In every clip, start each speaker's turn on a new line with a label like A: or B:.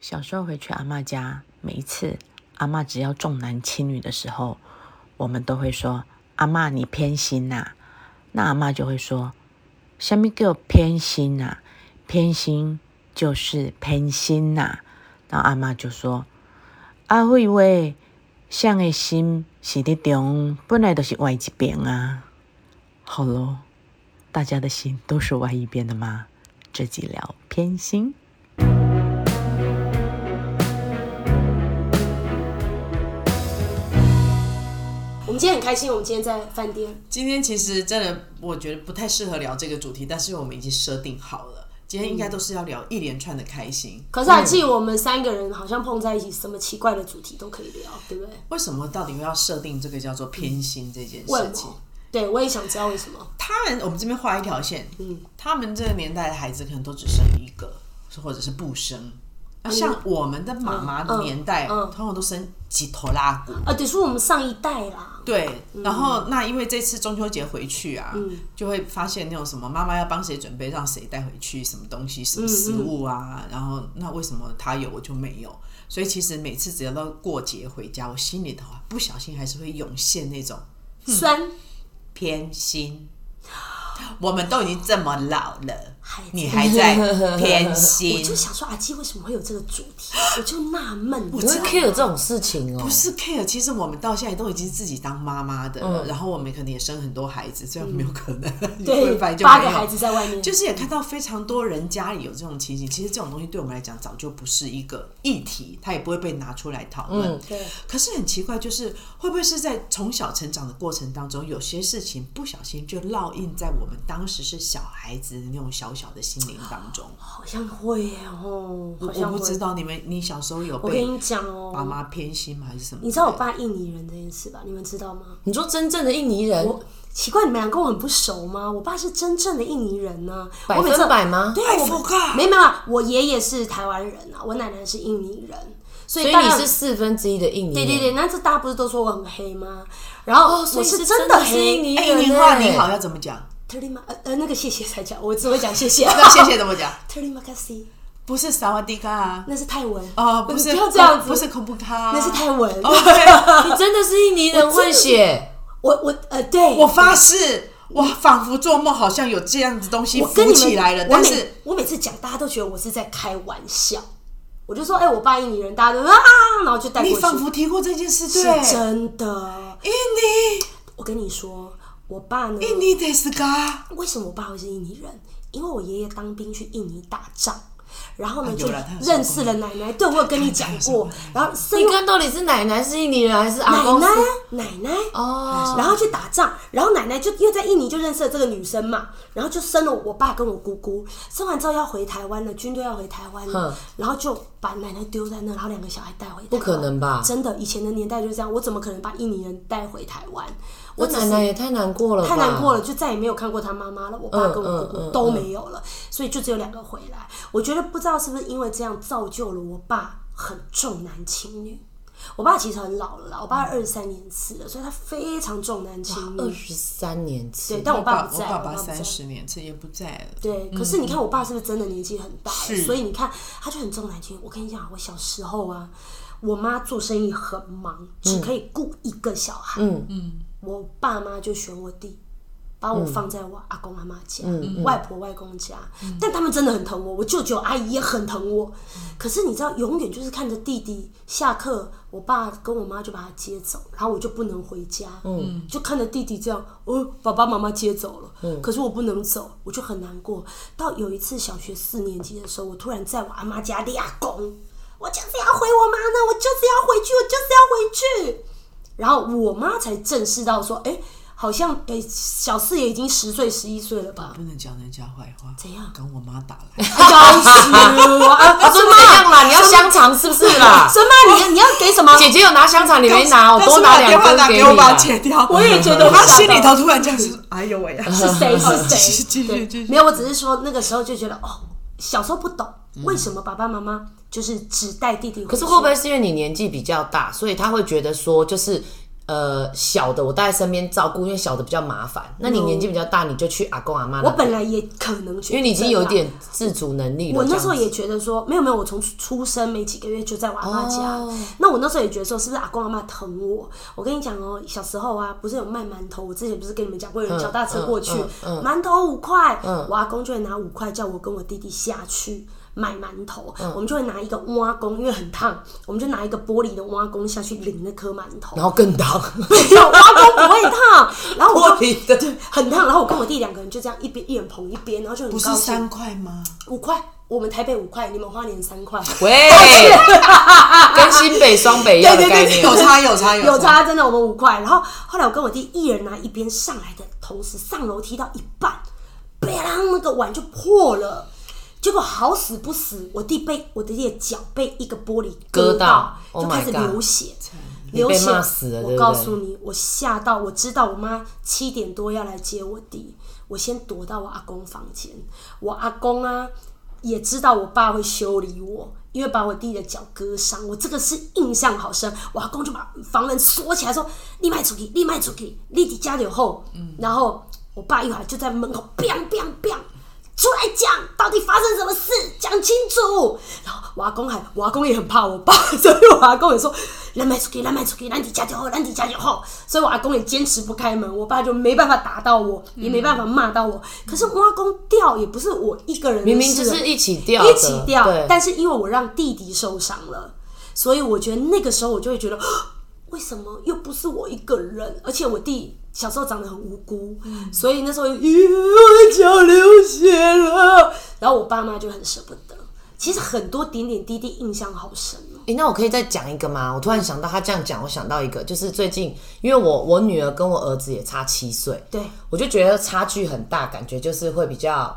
A: 小时候回去阿嬷家，每一次阿嬷只要重男轻女的时候，我们都会说：“阿嬷你偏心呐、那阿嬷就会说：“什么叫偏心呐、偏心就是偏心呐、然后阿嬷就说：“阿慧喂，谁的心是伫中，本来都是歪一边啊。”好咯，大家的心都是歪一边的吗？这集聊偏心。
B: 我们今天很开心，我们今天在饭店，
C: 今天其实真的，我觉得不太适合聊这个主题，但是我们已经设定好了，今天应该都是要聊一连串的开心。
B: 可是还记得我们三个人好像碰在一起，什么奇怪的主题都可以聊，对不对？
C: 为什么到底要设定这个叫做偏心这件
B: 为
C: 事
B: 什
C: 情？
B: 么？对，我也想知道为什么。
C: 他们我们这边画一条线，嗯，他们这个年代的孩子可能都只生一个，或者是不生。那像我们的妈妈的年代，
B: 嗯嗯嗯
C: 通常都生几头拉骨，
B: 啊，对，说我们上一代啦，
C: 对，然后那因为这次中秋节回去啊，就会发现那种什么妈妈要帮谁准备，让谁带回去什么东西、什么食物啊，然后那为什么他有我就没有？所以其实每次只要到过节回家，我心里头啊不小心还是会涌现那种
B: 酸
C: 偏心。我们都已经这么老了，
B: 孩子。
C: 你还在偏
B: 我
C: 心？
B: 就想说，阿基为什么会有这个主题？我就纳闷，
C: 我
D: 不是 care 这种事情哦、
C: 不是 care，其实我们到现在都已经自己当妈妈的了，然后我们可能也生很多孩子，虽然没有可能，
B: 对
C: 反正就
B: 八
C: 没
B: 个
C: 有
B: 孩子在外面，
C: 就是也看到非常多人家里有这种情形，其实这种东西对我们来讲早就不是一个议题，它也不会被拿出来讨论。
D: 嗯
B: 对，
C: 可是很奇怪，就是会不会是在从小成长的过程当中，有些事情不小心就烙印在我们当时是小孩子的那种小小的心灵当中？
B: 好像会耶哦，好
C: 我
B: 像
C: 不
B: 会
C: 知。道你们，你小时候有
B: 我跟
C: 被
B: 你讲
C: 爸
B: 哦，
C: 妈偏心吗？还是什么？
B: 你知道我爸印尼人这件事吧？你们知道吗？
D: 你说真正的印尼人
B: 我奇怪，你们俩跟我很不熟吗？我爸是真正的印尼人呢、啊，
D: 百
B: 我每次
D: 分百吗？
B: 对啊，
C: I
B: 我
C: forgot
B: 没有没有，我爷爷是台湾人啊，我奶奶是印尼人，所以
D: 所以
B: 大
D: 你
B: 家
D: 是四分之一的印尼人。
B: 对对对，那这大家不是都说我很黑吗？然后
D: 所
B: 我
D: 以是
B: 真
D: 真的是
B: 黑，
D: 印尼
C: 哎、
D: 人
C: 你话
D: 欸
C: 你好要怎么讲？
B: 特里马呃呃那个谢谢才讲，我只会讲谢谢。
C: 那谢谢怎么讲？
B: 特里马卡西，
C: 不是萨瓦迪卡啊，
B: 那是泰文
C: 哦，不
B: 你
C: 是
B: 不要这样子，
C: 不是恐怖卡，
B: 那是泰文。
C: 哦对。
D: 你真的是印尼人混血，
B: 我我呃对，
C: 我发誓，我仿佛做梦，好像有这样子东西
B: 我跟
C: 浮
B: 你们
C: 起来了，
B: 我
C: 但
B: 每
C: 是
B: 我每次讲，大家都觉得我是在开玩笑。我就说，哎、我爸印尼人，大家都啊，然后就带过
C: 你
B: 去。
C: 仿佛提过这件事，对
B: 是，真的。
C: 印尼，
B: 我跟你说，我爸呢？
C: 印尼的斯嘎，
B: 为什么我爸会是印尼人？因为我爷爷当兵去印尼打仗，然后呢、
C: 啊
B: 就
C: 有啦他有说过
B: 认识了奶奶。对，我有跟你讲过。然后生
D: 你看到底是奶奶是印尼人还是阿
B: 奶
D: 公是
B: 奶？奶奶。
D: 哦，
B: 然后去打仗，然后奶奶就因为在印尼就认识了这个女生嘛，然后就生了我爸跟我姑姑。生完之后要回台湾了，军队要回台湾了
D: 哼，
B: 然后就把奶奶丢在那，然后两个小孩带回台湾。
D: 不可能吧
B: 真的，以前的年代就是这样，我怎么可能把印尼人带回台湾？我
D: 我
B: 只
D: 奶
B: 是
D: 奶也太难过了，
B: 太难过。了，就再也没有看过他妈妈了，我爸跟我姑
D: 嗯嗯
B: 姑
D: 嗯
B: 都没有了，所以就只有两个回来。我觉得不知道是不是因为这样造就了我爸很重男轻女。我爸其实很老了啦，我爸二十三年次了，所以他非常重男轻
D: 二
B: 女。
D: 十三年次，
B: 对，但我爸
C: 爸
B: 不
C: 我
B: 在，
C: 爸
B: 我
C: 爸
B: 不在
C: 三十年，这也不在了。
B: 对，可是你看我爸是不是真的年纪很大了？
C: 是
B: 所以你看他就很重男轻女。我跟你讲，我小时候啊，我妈做生意很忙，只可以雇一个小孩。
D: 嗯
B: 我爸妈就选我弟，把我放在我阿公阿妈家、嗯外婆外公家，但他们真的很疼我，我舅舅阿姨也很疼我。可是你知道，永远就是看着弟弟下课，我爸跟我妈就把他接走，然后我就不能回家，嗯，就看着弟弟这样，哦，爸爸妈妈接走了，可是我不能走，我就很难过。到有一次小学四年级的时候，我突然在我阿妈家立阿公，我就是要回我妈呢，我就是要回去，我就是要回去。然后我妈才正视到说，哎、好像哎、小四也已经十岁、十一岁了吧？
C: 不能讲人家坏话，
B: 怎样
C: 跟我妈打 来，
B: 要死我啊！
D: 他说怎样啦？你要香肠是不是 啦？
B: 什么？你你要给什么？
D: 姐姐有拿香肠，你没拿，我
C: 但是
D: 多拿
C: 把电
D: 两
C: 话
D: 根
C: 打
D: 给
C: 给
D: 你
C: 我把它
D: 啦。
C: 切掉。
B: 啊我也觉得我
C: 他
B: 吓到
C: 心里头突然这样子， 哎呦喂呀！
B: 是谁是
C: 继续
B: 谁？
C: 继续
B: 对
C: 继续
B: 没有，我只是说那个时候就觉得哦，小时候不懂
D: 嗯
B: 为什么爸爸妈妈就是只带弟弟回去。
D: 可是会不会是因为你年纪比较大，所以他会觉得说，就是呃小的我带在身边照顾，因为小的比较麻烦。那你年纪比较大，你就去阿公阿妈那
B: 我
D: 边，
B: 本来也可能去，
D: 因为你已经有点自主能力了。
B: 我那
D: 这
B: 时候
D: 样子
B: 也觉得说，没有没有，我从出生没几个月就在我阿妈家。
D: 哦
B: 那我那时候也觉得说，是不是阿公阿妈疼我？我跟你讲哦、小时候啊，不是有卖馒头，我之前不是跟你们讲过，有人脚踏车过去，馒、
D: 嗯嗯嗯
B: 头五块，我阿公就会拿五块叫我跟我弟弟下去。买馒头，
D: 嗯
B: 我们就会拿一个挖工，因为很烫，我们就拿一个玻璃的挖工下去淋那颗馒头。
D: 然后更大，
B: 没有，挖工不会烫，然后我
D: 玻
B: 就
D: 璃的对
B: 很烫，然后我跟我弟两个人就这样一边一人捧一边，然后就很
C: 不
B: 高兴。
C: 是三块吗？
B: 五块，我们台北五块，你们花莲三块。
D: 喂，跟新北双北一样的概念，
C: 有差有差
B: 有
C: 差。
B: 差，真的，我们五块。然后后来我跟我弟一人拿一边上来的同时，上楼梯到一半，被啷那个碗就破了。结果好死不死，我弟被我弟弟的脚被一个玻璃
D: 割
B: 到
D: 到，，Oh
B: 就开始
D: my God
B: 流血，
D: 你
B: 流
D: 被
B: 血
D: 骂死了对不
B: 我
D: 对
B: 告诉你，我吓到，我知道我妈七点多要来接我弟，我先躲到我阿公房间。我阿公啊，也知道我爸会修理我，因为把我弟的脚割伤，我这个是印象好深。我阿公就把房门锁起来，说：“你卖出去，你卖出去，你伫家就好。”
D: 嗯
B: 然后我爸一会儿就在门口 biang biang biang。出来讲，到底发生什么事？讲清楚。然后我阿公还，我阿公也很怕我爸，所以我阿公也说：“人卖出去，人卖出去，咱底家就好，咱底家就好。” 所以我阿公也坚持不开门，我爸就没办法打到我，也没办法骂到我。可是我阿公掉也不是我一个人的事啊，
D: 嗯明明就是一起掉的，
B: 一起掉
D: 对，
B: 但是因为我让弟弟受伤了，所以我觉得那个时候我就会觉得， 为什么又不是我一个人？而且我弟小时候长得很无辜，所以那时候咦，我的脚流血了，然后我爸妈就很舍不得。其实很多点点滴滴印象好深哦、
D: 诶，那我可以再讲一个吗？我突然想到，他这样讲，我想到一个，就是最近，因为我我女儿跟我儿子也差七岁，
B: 对，
D: 我就觉得差距很大，感觉就是会比较，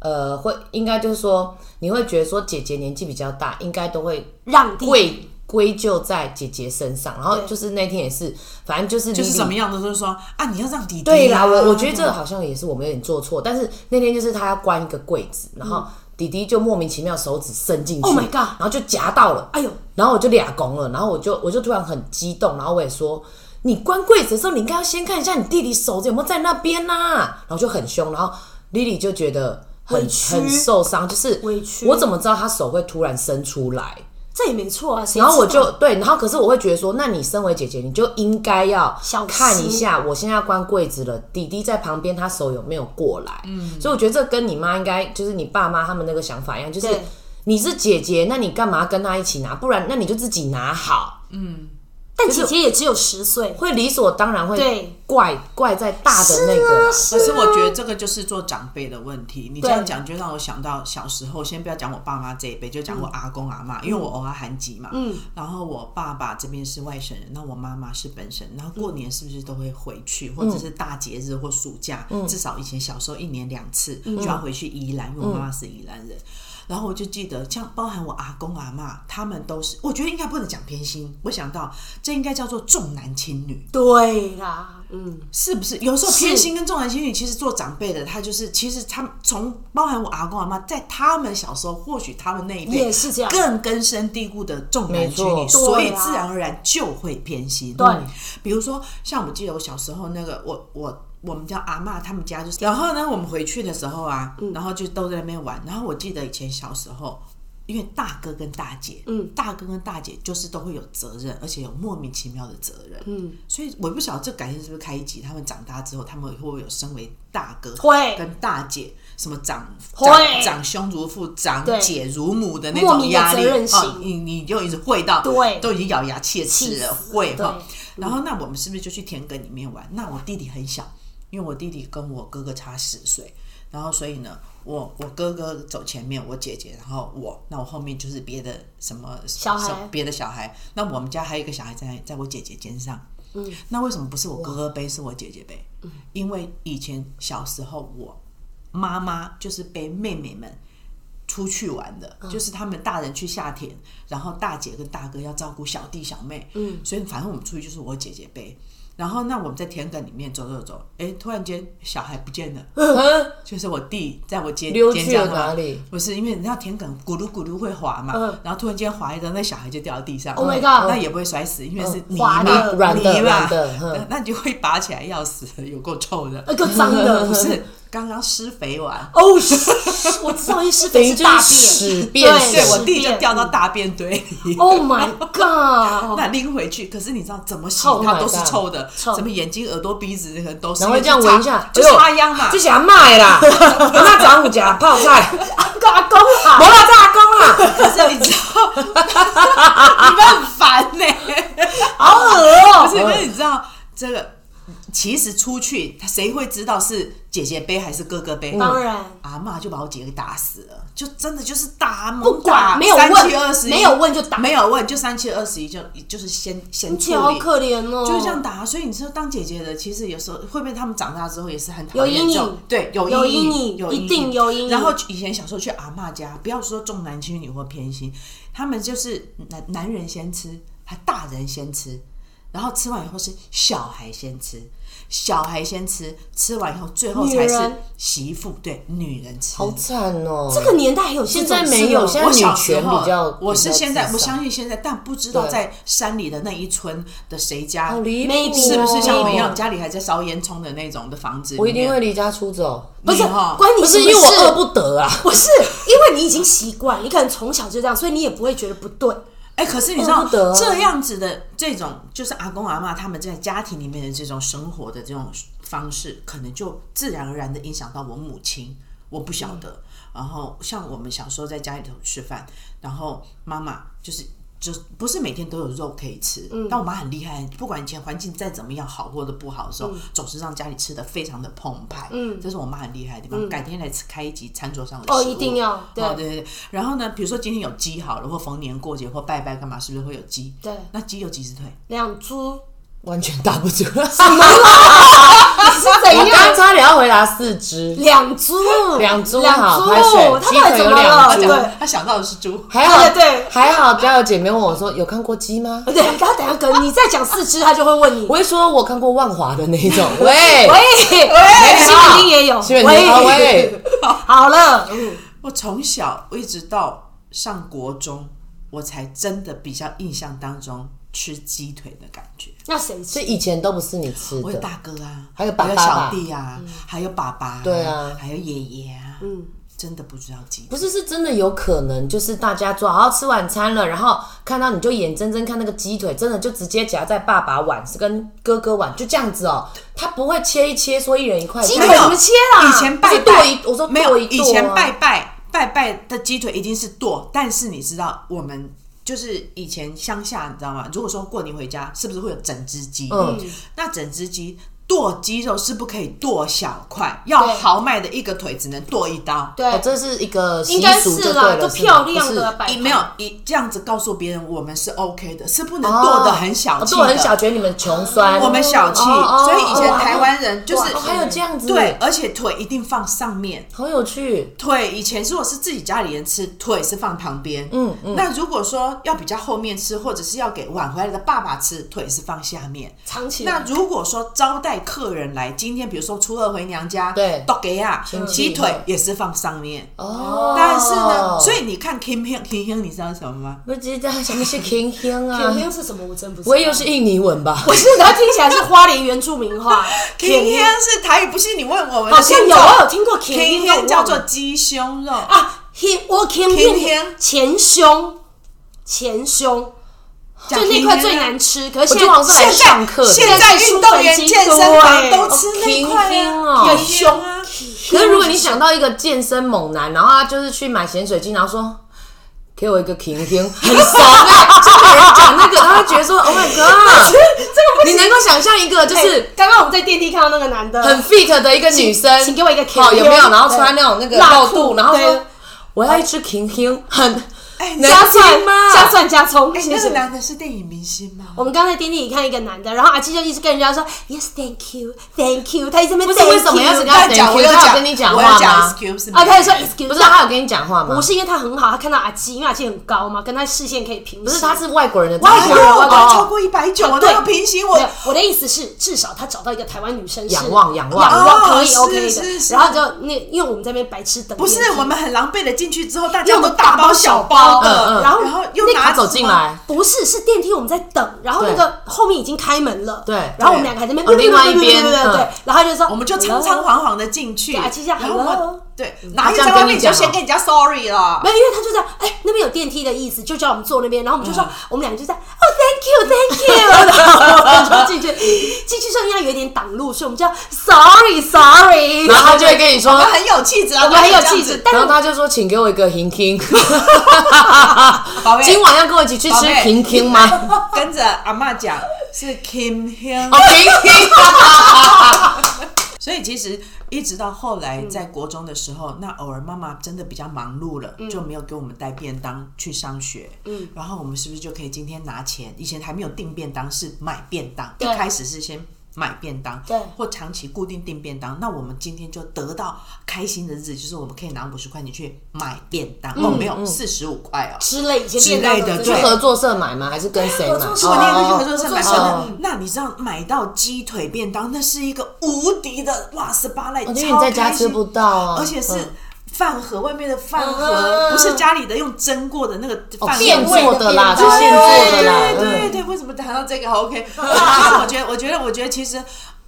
D: 呃，会应该就是说，你会觉得说姐姐年纪比较大，应该都会
B: 让弟弟
D: 归归咎在姐姐身上。然后
B: 嗯对
D: 就是那天也是，反正就是
C: 就是
D: 李李
C: 怎么样的，就是说啊，你要让弟弟
D: 对啦，
C: 啊
D: 我我觉得这个好像也是我们有点做错，但是那天就是他要关一个柜子，然后弟弟就莫名其妙手指伸进
B: 嗯
D: 去
B: Oh my god
D: 然后就夹到了，
B: 哎呦，
D: 然后我就俩拱了，然后我就我就突然很激动，然后我也说。你关柜子的时候，你应该要先看一下你弟弟手指有没有在那边呐、然后就很凶，然后 Lily 就觉得很
B: 委屈
D: 很受伤，就是
B: 委屈
D: 我怎么知道他手会突然伸出来？
B: 这也没错啊。谁
D: 然后我
B: 知道
D: 就对，然后可是我会觉得说，那你身为姐姐，你就应该要
B: 小
D: 看
B: 心
D: 一下，我现在要关柜子了，弟弟在旁边，他手有没有过来？嗯，所以我觉得这跟你妈应该就是你爸妈他们那个想法一样，就是
B: 对
D: 你是姐姐，那你干嘛跟他一起拿？不然那你就自己拿好，
B: 但
D: 就是
B: 姐姐也只有十岁，
D: 会理所当然会
B: 对啊
D: 怪怪在大的那个啦。
C: 可是我觉得这个就是做长辈的问题。你这样
B: 对
C: 讲就让我想到小时候，先不要讲我爸妈这一辈，就讲我阿公阿妈，因为我偶尔韩籍嘛。嗯。然后我爸爸这边是外省人，那我妈妈是本省人。然后过年是不是都会回去，或者是大节日或暑假，至少以前小时候一年两次就要回去宜兰，因为我妈妈是宜兰人。然后我就记得，像包含我阿公阿妈，他们都是，我觉得应该不能讲偏心。我想到这应该叫做重男轻女。
B: 对啦，嗯，
C: 是不是？有时候偏心跟重男轻女，其实做长辈的他就是，其实他们从包含我阿公阿妈，在他们小时候，或许他们那一辈
B: 也是这样
C: 更根深蒂固的重男轻
D: 没
C: 女，
D: 错
C: 所以
B: 对啊
C: 自然而然就会偏心。
B: 对
C: 嗯比如说像我记得我小时候那个，我我我们家阿嬷他们家就是，然后呢，我们回去的时候啊，然后就都在那边玩。然后我记得以前小时候。因为大哥跟大姐，嗯，大哥跟大姐就是都会有责任，而且有莫名其妙的责任，嗯，所以我也不晓得这感情是不是开一集，他们长大之后，他们会不会有身为大哥
B: 会
C: 跟大姐什么长
B: 会
C: 长长兄如父、长
B: 对
C: 姐如母的那
B: 莫
C: 种
B: 名的
C: 压力
B: 责任心
C: 啊，你你就一直会到，
B: 对
C: 都已经咬牙切齿
B: 气死
C: 了，
B: 了
C: 会哈
B: 对。
C: 然后那我们是不是就去田埂里面玩？那我弟弟很小，因为我弟弟跟我哥哥差十岁，然后所以呢，我我哥哥走前面，我姐姐，然后我，那我后面就是别的什么
B: 小孩
C: 什么别的小孩。那我们家还有一个小孩在在我姐姐肩上。嗯，那为什么不是我哥哥背，是我姐姐背？嗯，因为以前小时候我妈妈就是背妹妹们出去玩的，
D: 嗯
C: 就是他们大人去下田，然后大姐跟大哥要照顾小弟小妹，嗯，所以反正我们出去就是我姐姐背。然后那我们在田埂里面走走走，哎，突然间小孩不见了，
D: 嗯
C: 就是我弟在我肩
D: 溜
C: 肩
D: 去了
C: 胛嘛
D: 哪里？
C: 不是因为你知道田埂咕噜咕噜会滑嘛，
B: 嗯
C: 然后突然间滑一跤，那小孩就掉到地上。
B: Oh my
C: 嗯
B: god
C: 那也不会摔死，因为是泥
B: 滑
C: 嘛，
B: 的
D: 嗯软的
C: 泥嘛
D: 软的嗯，呃
C: 那你 就会拔起来要死，有够臭的。
B: 那个呃脏 的
C: 不是刚刚施肥完，
B: 哦，嘘我知道一施
D: 等
B: 肥
D: 于
B: 是
D: 就
B: 大
D: 是
B: 便，
D: 屎变
B: 对
C: 对
D: 屎
C: 我
B: 是
C: 弟就
B: 便
C: 掉到大便堆里。
B: Oh my god！
C: 那拎回去，可是你知道怎么洗
D: Oh my
C: 它都是
D: God
C: 臭的，
B: 臭
C: 什么眼睛、耳朵、鼻子那个都是。
D: 然后
C: 因为
D: 这样
C: 就擦
D: 闻一下，
B: 哎
C: 就插秧 嘛
D: 这。想卖啦，那长五家泡菜，
B: 阿公阿公啊，
D: 我啦炸工啦，
C: 可是你知道， 你们很烦呢、
B: 好恶 哦、
C: 不是，可是你知道这个，其实出去他谁会知道是姐姐背还是哥哥背？
B: 当然，
C: 阿嬷就把我姐给打死了，就真的就是打，
B: 不
C: 猛打
B: 管没有
C: 三七二十
B: 问，
C: 一，
B: 没有问就打，
C: 没有问，就三七二十一，就就是先先
B: 你
C: 处
B: 姐好
C: 理。
B: 可怜哦、
C: 就是这样打、啊，所以你说当姐姐的，其实有时候会不会他们长大之后也是很讨
B: 有
C: 厌
B: 阴
C: 这种
B: 影
C: 对，有
B: 有
C: 阴
B: 阴影
C: 有
B: 一定有阴影
C: 然后以前小时候去阿嬷家，不要说重男轻女或偏心，他们就是男男人先吃，还大人先吃，然后吃完以后是小孩先吃，小孩先吃，吃完以后最后
B: 女
C: 才是
B: 人
C: 媳妇，对，女人吃。
D: 好惨哦。
B: 这个年代还有现
D: 现在没有现在
C: 我小时
D: 女权
C: 候
D: 比较
C: 我是现
D: 比较
C: 在
D: 至
C: 我
D: 上
C: 相信现在，但不知道
D: 对
C: 在山里的那一村的谁家
D: 好离谱
B: Maybe
D: 哦，
C: 是不是像我们一样，
B: 哦
C: 家里还在烧烟囱的那种的房子里面？
D: 我一定会离家出走，
B: 不是
C: 你哈
B: 关你
D: 不
B: 什
D: 是
B: 么
D: 因为我
B: 事
D: 饿不得啊。
B: 不是因为你已经习惯，你可能从小就这样，所以你也不会觉得不对。
C: 哎、可是你知
B: 哦
C: 道
D: 恨不得啊
C: 这样子的这种，就是阿公阿嬷他们在家庭里面的这种生活的这种方式，可能就自然而然的影响到我母亲，我不晓得。
B: 嗯
C: 然后像我们小时候在家里头吃饭，然后妈妈就是。就不是每天都有肉可以吃，
B: 嗯
C: 但我妈很厉害，不管以前环境再怎么样好或者不好的
B: 嗯
C: 时候，总是让家里吃的非常的澎湃。嗯，这是我妈很厉害的地方。改天来吃开一集餐桌上的
B: 嗯哦
C: 食
B: 一
C: 物
B: 定要
C: 哦
B: 对
C: 对对对。然后呢，比如说今天有鸡好了，或逢年过节或拜拜干嘛，是不是会有鸡？
B: 对
C: 那鸡有几只腿？
B: 两 猪
D: 完全打不住。
B: 是怎
D: 我刚
B: 样？
D: 差点要回答四只，
B: 两猪，
D: 两猪
B: 两
D: 好
B: 猪
D: 拍水，
B: 他
D: 鸡
B: 到底怎
D: 腿有
B: 么
D: 两
B: 了？
D: 猪，
B: 对
C: 他想到的是猪。
D: 还好
B: 对对
D: 还好，家有姐妹问我说有看过鸡吗？
B: 对，然后等下可能你再讲四只，他就会问你。
D: 我会说我看过万华的那一种， 喂
B: 喂，喂，西门町也有，
D: 西门町啊喂，
B: 好了，嗯
C: 我从小一直到上国中，我才真的比较印象当中吃鸡腿的感觉。
B: 那谁吃
D: 所？以以前都不是你吃
C: 我有
D: 的，
C: 大哥啊，
D: 还有爸爸嗯
C: 还有小弟啊，还有爸爸、
D: 对啊
C: 还有爷爷啊，嗯，真的不知道鸡
D: 不
C: 腿。
D: 是是真的有可能，就是大家做好吃晚餐了，然后看到你就眼睁睁看那个鸡腿，真的就直接夹在爸爸碗跟哥哥碗，就这样子哦，他不会切一切说一人一块，
B: 鸡
D: 就
B: 腿
D: 是
B: 怎么切啦？
C: 以前拜
D: 不是剁
C: 拜，
D: 一我说
C: 没有，
D: 剁一剁
C: 以
D: 啊
C: 前拜拜拜拜的鸡腿一定是剁，但是你知道我们。就是以前乡下，你知道吗？如果说过年回家，是不是会有整只鸡？
D: 嗯，
C: 那整只鸡剁鸡肉是不可以剁小块，要
B: 对
C: 豪迈的一个腿只能剁一刀。
B: 对
D: 哦，这哦是一个习
B: 应该
D: 俗
B: 是
D: 就对
B: 啦，
D: 了，
B: 就是
D: 吗
B: 漂亮的
D: 不是
B: 摆盘
C: 你哎没有一这样子告诉别人，我们是 OK 的，是不能剁的很小
D: 哦
C: 气
D: 剁
C: 的。
D: 得很小，觉得你们穷酸，
C: 我们小气，
D: 哦哦
C: 所以以前
D: 哦
C: 台湾人就是
D: 哦还有这样子，
C: 对，，而且腿一定放上面。
D: 好有趣，
C: 腿以前如果是自己家里人吃，腿是放旁边。
D: 嗯嗯
C: 那如果说要比较后面吃，或者是要给晚回来的爸爸吃，腿是放下面。
B: 藏起来
C: 那。如果说招待客人来，今天比如说初二回娘家，
D: 对
C: 都给啊，
D: 戚
C: 鸡腿也是放上面。
D: 哦，
C: 但是呢，所以你看 Kim Hyun Kim Hyun，你知道什么吗？
D: 不知道什么是 King King
B: 甜
D: 啊，
B: 面是什么？我真不知道。
D: 我以为 是印尼文吧，
B: 不是，它听起来是花莲原住民 话。
C: Kim
B: 甜面
C: Hyun 是台语，不是你问我们的
B: 好像
C: 听
B: 有，
C: 众
B: 我有听过甜
C: Kim
B: 面，但
C: Hyun
B: 我
C: 叫
B: 忘
C: 做
B: 了
C: 鸡胸肉，
B: 啊，甜我甜
C: 甜面
B: 面前胸前胸，就
C: 讲
B: 那
C: Kim
B: 块
C: Hyun
B: 最
C: 啊
B: 难吃，可是
D: 我
B: 现在
D: 就好像是来
B: 现在
D: 上课的，
C: 现
B: 在
C: 在运动员
B: 运动
C: 健
B: 健
C: 身
B: 身
C: 房
B: 房
C: 都
B: 都
C: 吃
D: 吃
C: 那
D: 那
C: 块
D: 块
C: 啊，
D: 啊
C: 有
D: 有
C: 胸
B: 胸
C: 啊。
D: 可是如果你想到一个健身猛男，然后他就是去买咸水鸡，然后说给我一个 King King，很 怂啊，就有人讲那个，然后他觉得说 Oh my God，你能够想象一个就
B: 就是
D: 是。
B: 刚刚我们在电梯看到那个男的，
D: 很 fit 的一个女生，
B: 哎
D: 哦
B: 请请给我一个 King
D: 好有没有？
B: King，
D: 然后穿那种那个
B: 对
D: 露
B: 辣裤
D: 肚，然后
B: 对
D: 说我要一只 King King，很
C: 哎，
D: 能
B: 加蒜
D: 听吗
B: 加蒜加葱，
C: 哎，
B: 谢
C: 那个
B: 谢。
C: 男的是电影明星吗？
B: 我们刚才电梯里看一个男的，然后阿七就一直跟人家说 yes thank you thank you，他一直没
D: 不是为什么要一直跟他
C: 他
D: thank
C: 讲，
D: you，
C: 我有
D: 他有
C: 讲，
D: 跟你讲
C: 我
D: 话
C: 有讲
D: 吗？
C: excuse me，
B: 啊，他就说 excuse，
D: 不是他有跟你讲话吗？
B: 不是因为他很好，他看到阿七，因为阿七很高嘛，跟他视线可以平视。
D: 不是，他是外国人的
C: 哎
D: 长
C: 呦，我
D: 相，
B: 我
C: 都
B: 懂
C: 超过一百九，我都
B: 对
C: 要平行
B: 没有
C: 我。
B: 我的意思是，至少他找到一个台湾女生是
D: 仰望仰望
B: 仰望可以
C: 哦
B: OK
C: 是是
B: 的。
C: 是
B: 然后就那，因为我们在那边白痴等电
C: 不
B: 梯，
C: 是，我们很狼狈的进去之后，大
B: 因
C: 家
B: 为我
C: 都
B: 们大
C: 包
B: 小
C: 小
B: 包
D: 嗯
C: 的，
D: 嗯
C: 然后然后又
B: 那
C: 拿
D: 他走进来，
B: 不是，是电梯我们在等，然后那
D: 对
B: 个后面已经开门了，
D: 对
B: 然后我们两个还在那
D: 哦
B: 边，
D: 另外一边
B: 对对对对对
D: 嗯，
B: 然后他就说，
C: 我们就仓仓
B: "Hello
C: 皇皇的进去，
B: 对啊其实
C: 然后我们
B: hello
C: 对，哪
D: 他
C: 里
D: 这样
C: 在外
D: 跟
C: 面
D: 你
C: 你
D: 讲
C: 就先跟人家 sorry 了
B: 没。有，因为他就这样，哎、那边有电梯的意思，就叫我们坐那边。然后我们就说，我们两个就在，哦，thank you，thank you，然后我们就进去，进去之后因为有一点挡路，所以我们就要 sorry，sorry，
D: 然后他就会跟你说哎
C: 我，们很有气质啊，
B: 我们很有
C: 这样
B: 气
C: 子
B: 质，但
D: 然后
B: 是
D: 他就说，请给我一个 h i n k i n
C: 宝贝
D: 今晚要跟我一起去吃
C: 宝贝
D: h i n k i n 吗？
C: 跟着阿嬷讲是 Kim Hyun，、
D: 哦 h i n k i n
C: 所以其实一直到后
B: 嗯
C: 来在国中的时候，那偶尔妈妈真的比较忙碌了，
B: 嗯
C: 就没有给我们带便当去上学。嗯，然后我们是不是就可以今天拿钱？以前还没有订便当，是买便当，一
B: 对
C: 开始是先。买便当，
B: 对
C: 或长期固定订便当，那我们今天就得到开心的日子，就是我们可以拿五十块钱去买便当，
B: 嗯
C: 哦，没有四十五块哦，
B: 之类以前
C: 之
B: 电脑
C: 类的
B: 有这
C: 对
B: 种
D: 是合作社买吗？还是跟谁买？
B: 合作社
C: 我
B: 哦
C: 那天
D: 哦
C: 就去合作社买
B: 合
C: 真
B: 作社
C: 的，那你知道买到鸡腿便当，那是一个无敌的哇十八类，
D: 哦因为
C: 超
D: 你在家
C: 开心
D: 吃不到啊
C: 而且是
D: 嗯
C: 饭盒外面的饭盒，
B: 嗯
C: 不是家里的用蒸过的那个饭盒。
D: 现做的啦，
B: 变
D: 是
B: 味的
D: 现做的啦。
C: 哎对对对
D: 嗯
C: 对，为什么谈到这个好 OK？但是我觉得，我觉得，我觉得，其实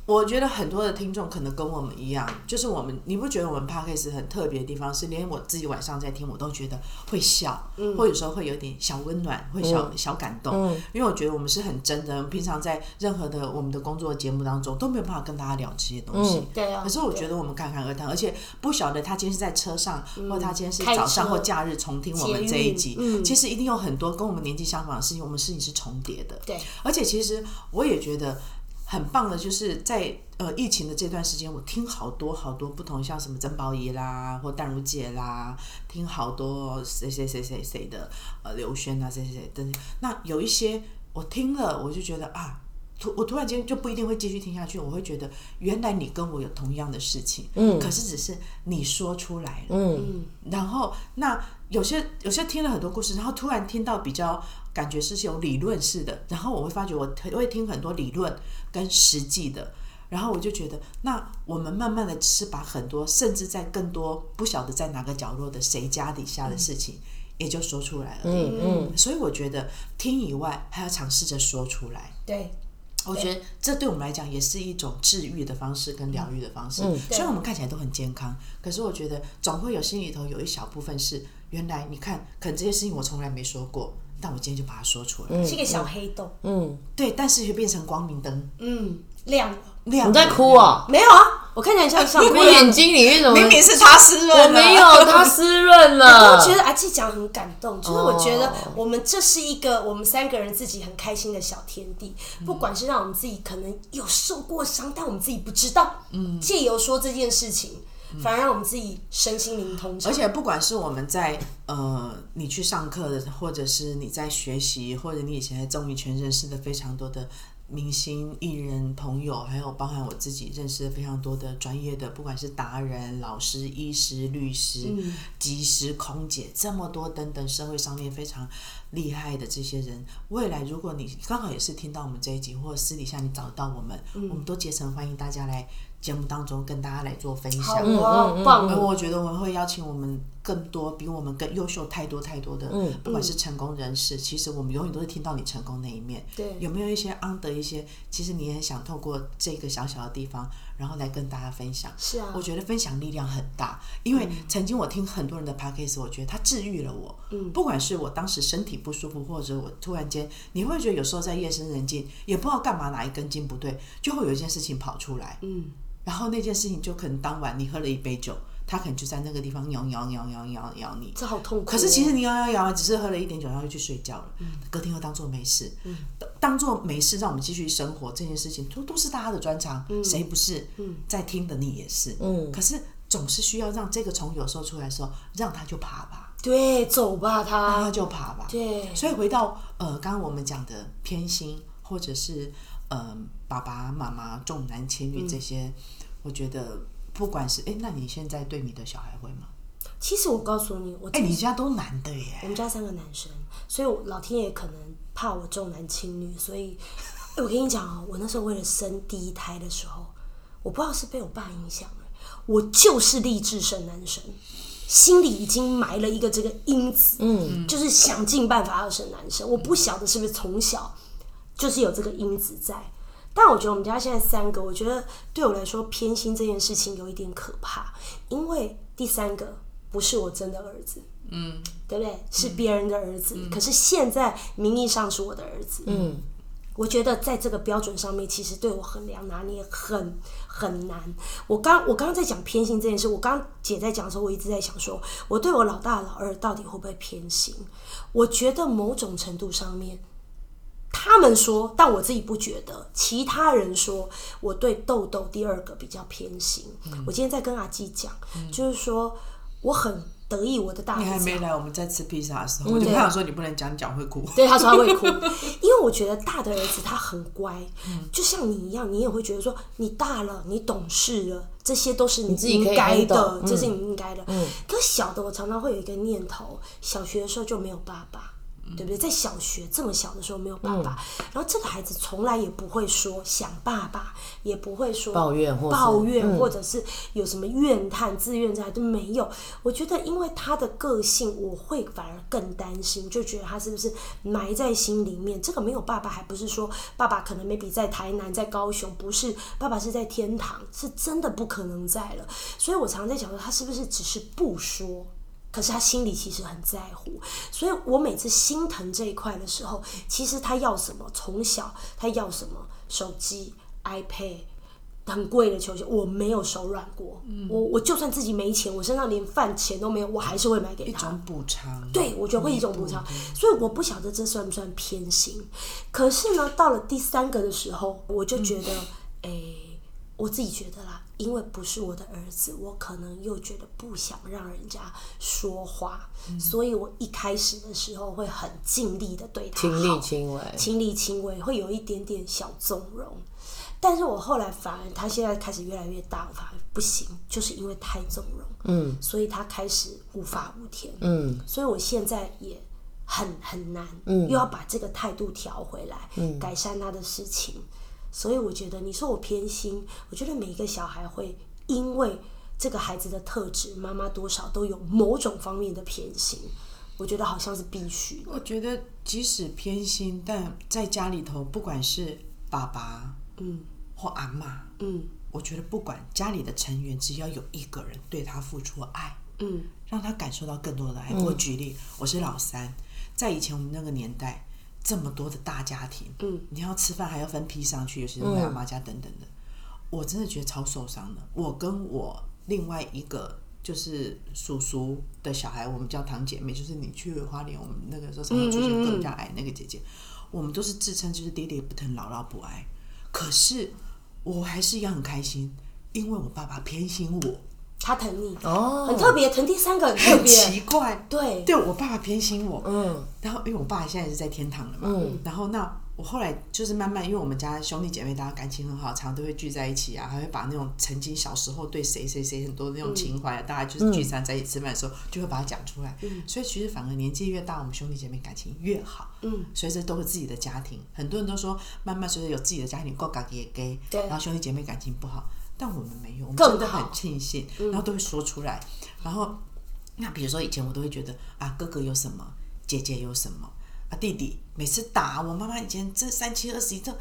C: 我觉得很多的听众可能跟我们一样，就是我们，你不觉得我们 podcast 很特别的地方是，连我自己晚上在听，我都觉得会笑，
D: 嗯
C: 或有时候会有点小温暖，会小、小感动，因为我觉得我们是很真的，平常在任何的我们的工作节目当中都没有办法跟大家聊这些东西。
D: 嗯
B: 对啊
C: 可是我觉得我们侃侃而谈，而且不晓得他今天是在车上，
D: 嗯
C: 或他今天是
B: 开
C: 早上
B: 车
C: 或假日重听我们这一集
B: 捷。运嗯
C: 其实一定有很多跟我们年纪相仿的事情，我们事情是重叠的。
B: 对，
C: 而且其实我也觉得很棒的，就是在呃疫情的这段时间，我听好多好多不同，像什么曾宝仪啦，或淡如姐啦，听好多谁谁谁谁谁的，呃刘轩啊，谁谁谁等等。那有一些我听了，我就觉得啊。突我突然间就不一定会继续听下去，我会觉得原来你跟我有同样的事情，嗯，可是只是你说出来了，
D: 嗯
C: 然后那有些有些听了很多故事，然后突然听到比较感觉是有理论式的，然后我会发觉我会听很多理论跟实际的，然后我就觉得，那我们慢慢的是把很多甚至在更多不晓得在哪个角落的谁家底下的事情。也就说出来了，嗯嗯，所以我觉得听以外，还要尝试着说出来，
B: 对，
C: 我觉得这对我们来讲也是一种治愈的方式跟疗愈的方式。
D: 嗯
C: 虽然我们看起来都很健康，可是我觉得总会有心里头有一小部分是，原来你看，可能这些事情我从来没说过，但我今天就把它说出来。
B: 是一个小黑洞，
D: 嗯，
C: 对，但是却变成光明灯，
B: 嗯，亮了，
C: 亮。
D: 你在哭？哦？
B: 没有啊，我看起来像上
D: 我眼睛里面怎么？
C: 明明是他湿润了，
D: 我没有，它湿润了。
C: 嗯
B: 我觉得阿纪讲得很感动，就是我觉
C: 哦
B: 得我们这是一个我们三个人自己很开心的小天地，
C: 嗯
B: 不管是让我们自己可能有受过伤，但我们自己不知道，嗯，借由说这件事情，反而让我们自己身心灵通畅
C: 嗯而。且不管是我们在呃，你去上课的，或者是你在学习，或者你以前在综艺圈认识的非常多的明星、艺人朋友，还有包含我自己认识的非常多的专业的，不管是达人、老师、医师、律师、技师、空姐，这么多等等社会上面非常厉害的这些人，未来如果你刚好也是听到我们这一集，或者私底下你找到我们，我们都竭诚欢迎大家来节目当中跟大家来做分享。
B: 好哦，棒
C: 而
B: 哦！
C: 我觉得我们会邀请我们更多比我们更优秀太多太多的，不管是成功人士，其实我们永远都是听到你成功那一面。
B: 对
C: 有没有一些 under 一些，其实你也想透过这个小小的地方，然后来跟大家分享。
B: 是啊
C: 我觉得分享力量很大，因为曾经我听很多人的 podcast，我觉得它治愈了我。嗯，不管是我当时身体不舒服，或者我突然间，你会觉得有时候在夜深人静，也不知道干嘛哪一根筋不对，就会有一件事情跑出来。嗯，然后那件事情就可能当晚你喝了一杯酒，他可能就在那个地方摇摇摇摇摇摇你。
B: 这好痛苦哦。
C: 可是其实你摇摇摇，只是喝了一点酒，然后就去睡觉了。隔天又当做没事，当当做没事，让我们继续生活这件事情，都都是大家的专长，谁不是？在听的你也是。可是总是需要让这个虫有时候出来的时候，让它就爬吧。
B: 对，走吧
C: 那
B: 他
C: 他，就爬吧。
B: 啊对，
C: 所以回到呃，刚刚我们讲的偏心，或者是呃，爸爸妈妈重男轻女这些，我觉得不管是哎、那你现在对你的小孩会吗？
B: 其实我告诉你，我
C: 哎、你家都男的耶
B: 我，们家三个男生，所以我老天爷可能怕我重男轻女，所以，哎我跟你讲哦，我那时候为了生第一胎的时候，我不知道是被我爸影响了，我就是立志生男生，心里已经埋了一个这个因子，嗯，就是想尽办法要生男生。我不晓得是不是从小就是有这个因子在，但我觉得我们家现在三个，我觉得对我来说偏心这件事情有一点可怕，因为第三个不是我真的儿子，对
C: 嗯
B: 不对？是别人的儿子，可是现在名义上是我的儿子。嗯，我觉得在这个标准上面，其实对我衡量拿捏很很难。我刚我刚刚在讲偏心这件事，我刚姐在讲的时候，我一直在想说，我对我老大老二到底会不会偏心？我觉得某种程度上面。他们说，但我自己不觉得。其他人说，我对豆豆第二个比较偏心。
C: 嗯
B: 我今天在跟阿基讲，就是说我很得意我的大儿
C: 你
B: 子
C: 还没
B: 好
C: 啊来，我们嗯在吃披萨的时候，我就跟他说你不能讲，你讲会哭。
B: 对，他说他会哭，因为我觉得大的儿子他很乖，
D: 嗯
B: 就像你一样，你也会觉得说你大了，你懂事了，这些都是你
D: 自己可以
B: 应该的
D: handle，，嗯
B: 这是你应该的。可小的我常常会有一个念头，小学的时候就没有爸爸。对不对？在小学这么小的时候没有爸爸，
D: 嗯
B: 然后这个孩子从来也不会说想爸爸，也不会说
D: 抱怨或是嗯
B: 抱怨，或者是有什么怨叹、自怨自艾都没有。我觉得，因为他的个性，我会反而更担心，就觉得他是不是埋在心里面。这个没有爸爸，还不是说爸爸可能 maybe 在台南、在高雄，不是爸爸是在天堂，是真的不可能在了。所以我常常在想说，他是不是只是不说？可是他心里其实很在乎，所以我每次心疼这一块的时候，其实他要什么，从小他要什么，手机、iPad，很贵的球鞋，我没有手软过。我我就算自己没钱，我身上连饭钱都没有，我还是会买给
C: 一
B: 他
C: 种。补偿，哦
B: 对，我觉得会一种补偿，所以我不晓得这算不算偏心。可是呢，到了第三个的时候，我就觉得，诶、我自己觉得啦，因为不是我的儿子，我可能又觉得不想让人家说话，所以我一开始的时候会很尽力的对他
D: 亲
B: 好
D: 力亲为，
B: 亲力亲为，会有一点点小纵容。但是我后来反而他现在开始越来越大，我反而不行，就是因为太纵容，嗯，所以他开始无法无天，嗯，所以我现在也很很难，嗯，又要把这个态度调回来，嗯，改善他的事情。所以我觉得，你说我偏心，我觉得每一个小孩会因为这个孩子的特质，妈妈多少都有某种方面的偏心，我觉得好像是必须的，
C: 我觉得即使偏心，但在家里头，不管是爸爸，嗯，或阿妈，
B: 嗯
C: 我觉得不管家里的成员，只要有一个人对他付出爱，
B: 嗯。
C: 让他感受到更多的爱。我举例，我是老三，在以前我们那个年代，这么多的大家庭，嗯，你要吃饭还要分批上去，尤其是回阿妈家等等的，我真的觉得超受伤的。我跟我另外一个。就是叔叔的小孩，我们叫堂姐妹，就是你去花莲，我们那个时候常常出现跟我们家矮那个姐姐，我们都是自称就是爹爹不疼，姥姥不爱。可是我还是一样很开心，因为我爸爸偏心我，
B: 他疼你
D: 哦
B: 很特别，疼第三个很特
C: 很
B: 别，
C: 奇怪。
B: 对
C: 对我爸爸偏心我，
D: 嗯，
C: 然后因为我爸现在是在天堂了嘛，然后那我后来就是慢慢，因为我们家兄弟姐妹大家感情很好，常常都会聚在一起啊，还会把那种曾经小时候对谁谁谁很多那种情怀啊，大家就是聚餐在一起吃饭的时候，就会把它讲出来。嗯所以其实反而年纪越大，我们兄弟姐妹感情越好。嗯，随着都有自己的家庭，很多人都说慢慢随着有自己的家庭，够感也给，
B: 对
C: 然后兄弟姐妹感情不好，但我们没有，我们
B: 更
C: 真的
B: 好
C: 很庆幸，然后都会说出来，然后。那比如说以前我都会觉得啊，哥哥有什么，姐姐有什么啊，弟弟每次打我妈妈以前这三七二十一这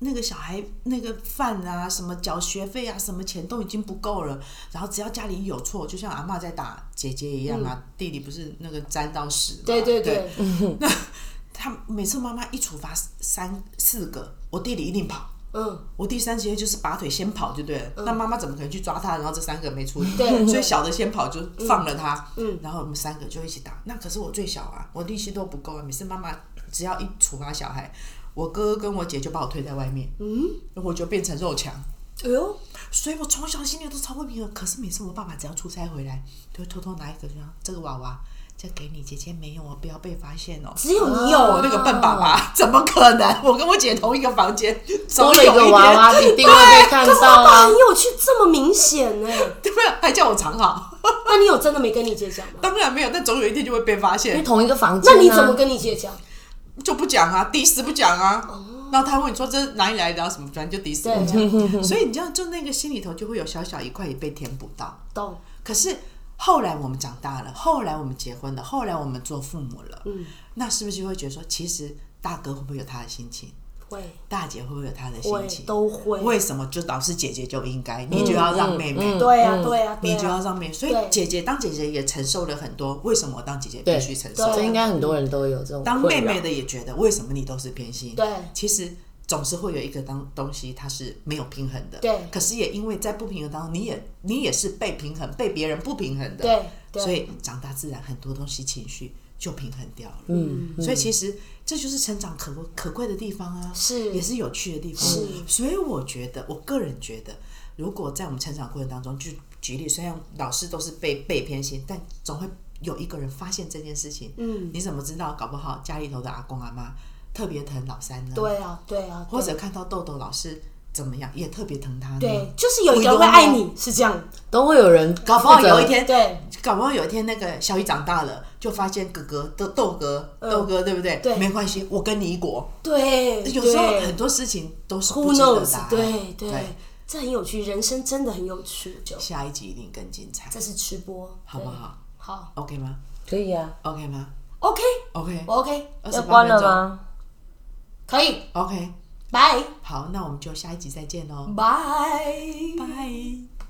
C: 那个小孩那个饭啊，什么缴学费啊，什么钱都已经不够了，然后只要家里有错，就像阿嬷在打姐姐一样啊，弟弟不是那个沾到屎嘛，
B: 嗯对对
C: 对
B: 对，
C: 他每次妈妈一处罚三四个，我弟弟一定跑。
B: 嗯，
C: 我第三天就是拔腿先跑就对了，
D: 嗯
C: 那妈妈怎么可能去抓他？然后这三个没处理，
B: 对
C: 所以小的先跑就放了他，嗯，然后我们三个就一起打。那可是我最小啊，我力气都不够啊，每次妈妈只要一处罚小孩，我哥跟我姐就把我推在外面，嗯，我就变成肉强。
B: 哎呦，
C: 所以我啊从小心里都超不平衡。可是每次我爸爸只要出差回来，就会偷偷拿一个，就像这个娃娃。这给你，姐姐没有哦，不要被发现
D: 啊
C: 哦。
B: 只有你有
C: 我那个笨爸爸， 怎么可能？我跟我姐同一个房间，总
D: 多了
C: 有
D: 一个娃
C: 天
D: 娃，一定会被看
B: 可是
D: 到
B: 爸爸
D: 啊
B: 很。有趣，这么明显呢、
C: 对不对？还叫我藏好，
B: 那你有真的没跟你姐讲吗？
C: 当然没有，但总有一天就会被发
D: 因为
C: 现，
D: 同一个房间、
B: 那
D: 啊，
B: 你怎么跟你姐讲？
C: 就不讲啊，抵死不讲啊。然后他问你说这哪里来的、啊、什么，反正就抵死不
B: 啊
C: 讲。所以你知道，就那个心里头就会有小小一块也被填补到。
B: 懂？
C: 可是后来我们长大了，后来我们结婚了，后来我们做父母了，嗯，那是不是就会觉得说，其实大哥会不会有他的心情，
B: 会
C: 大姐会不会有他的
B: 会
C: 心情？
B: 都会。
C: 为什么就老是姐姐就应该，你就要让妹妹，
B: 对啊，对啊，对
C: 嗯你就要
B: 啊。
C: 让妹妹。所以
B: 对
C: 姐姐当姐姐也承受了很多，为什么我当姐姐必
D: 对
C: 须承受？
D: 这应该很多人都有这种
C: 当
D: 困
C: 妹
D: 扰
C: 妹的也觉得为什么你都是偏心？
B: 啊对
C: 其实总是会有一个当东西它是没有平衡的。
B: 对
C: 可是也因为在不平衡当中，你也你也是被平衡，被别人不平衡的。
B: 对对
C: 所以长大自然很多东西情绪就平衡掉了。嗯，所以其实这就是成长可可贵的地方啊，
B: 是
C: 也是有趣的地方。
B: 是
C: 所以我觉得，我个人觉得，如果在我们成长过程当中，就举例，虽然老师都是被被偏心，但总会有一个人发现这件事情。嗯，你怎么知道？搞不好家里头的阿公阿妈特别疼老三呢？
B: 对啊，对啊，
C: 或者看到豆豆老师怎么样，也特别疼他呢？
B: 对，就是有一个人会爱你，是这样。
D: 都会有人
C: 搞不好哦有一天，
B: 对，
C: 搞不好有一天那个小雨长大了，就发现哥哥豆豆哥豆哥对不对？
B: 对
C: 没关系，我跟你一国。
B: 对，
C: 有时候
B: 对
C: 很多事情都是
B: Who
C: 不知道的
B: knows？
C: 答案。
B: 对对，这很有趣，人生真的很有趣。就
C: 下一集一定更精彩，
B: 这是吃播，
C: 好不好
B: 好
C: ？OK 吗
D: 可以啊，
C: ？OK 吗
B: ，OK，
C: ？OK
B: 我 OK，
C: 二
D: 要
C: 十
D: 关
C: 八
D: 了
C: 分钟。
D: 吗？
B: 可以，
C: OK，
B: 拜
C: 好，那我们就下一集再见喽，
B: 拜。
C: 拜。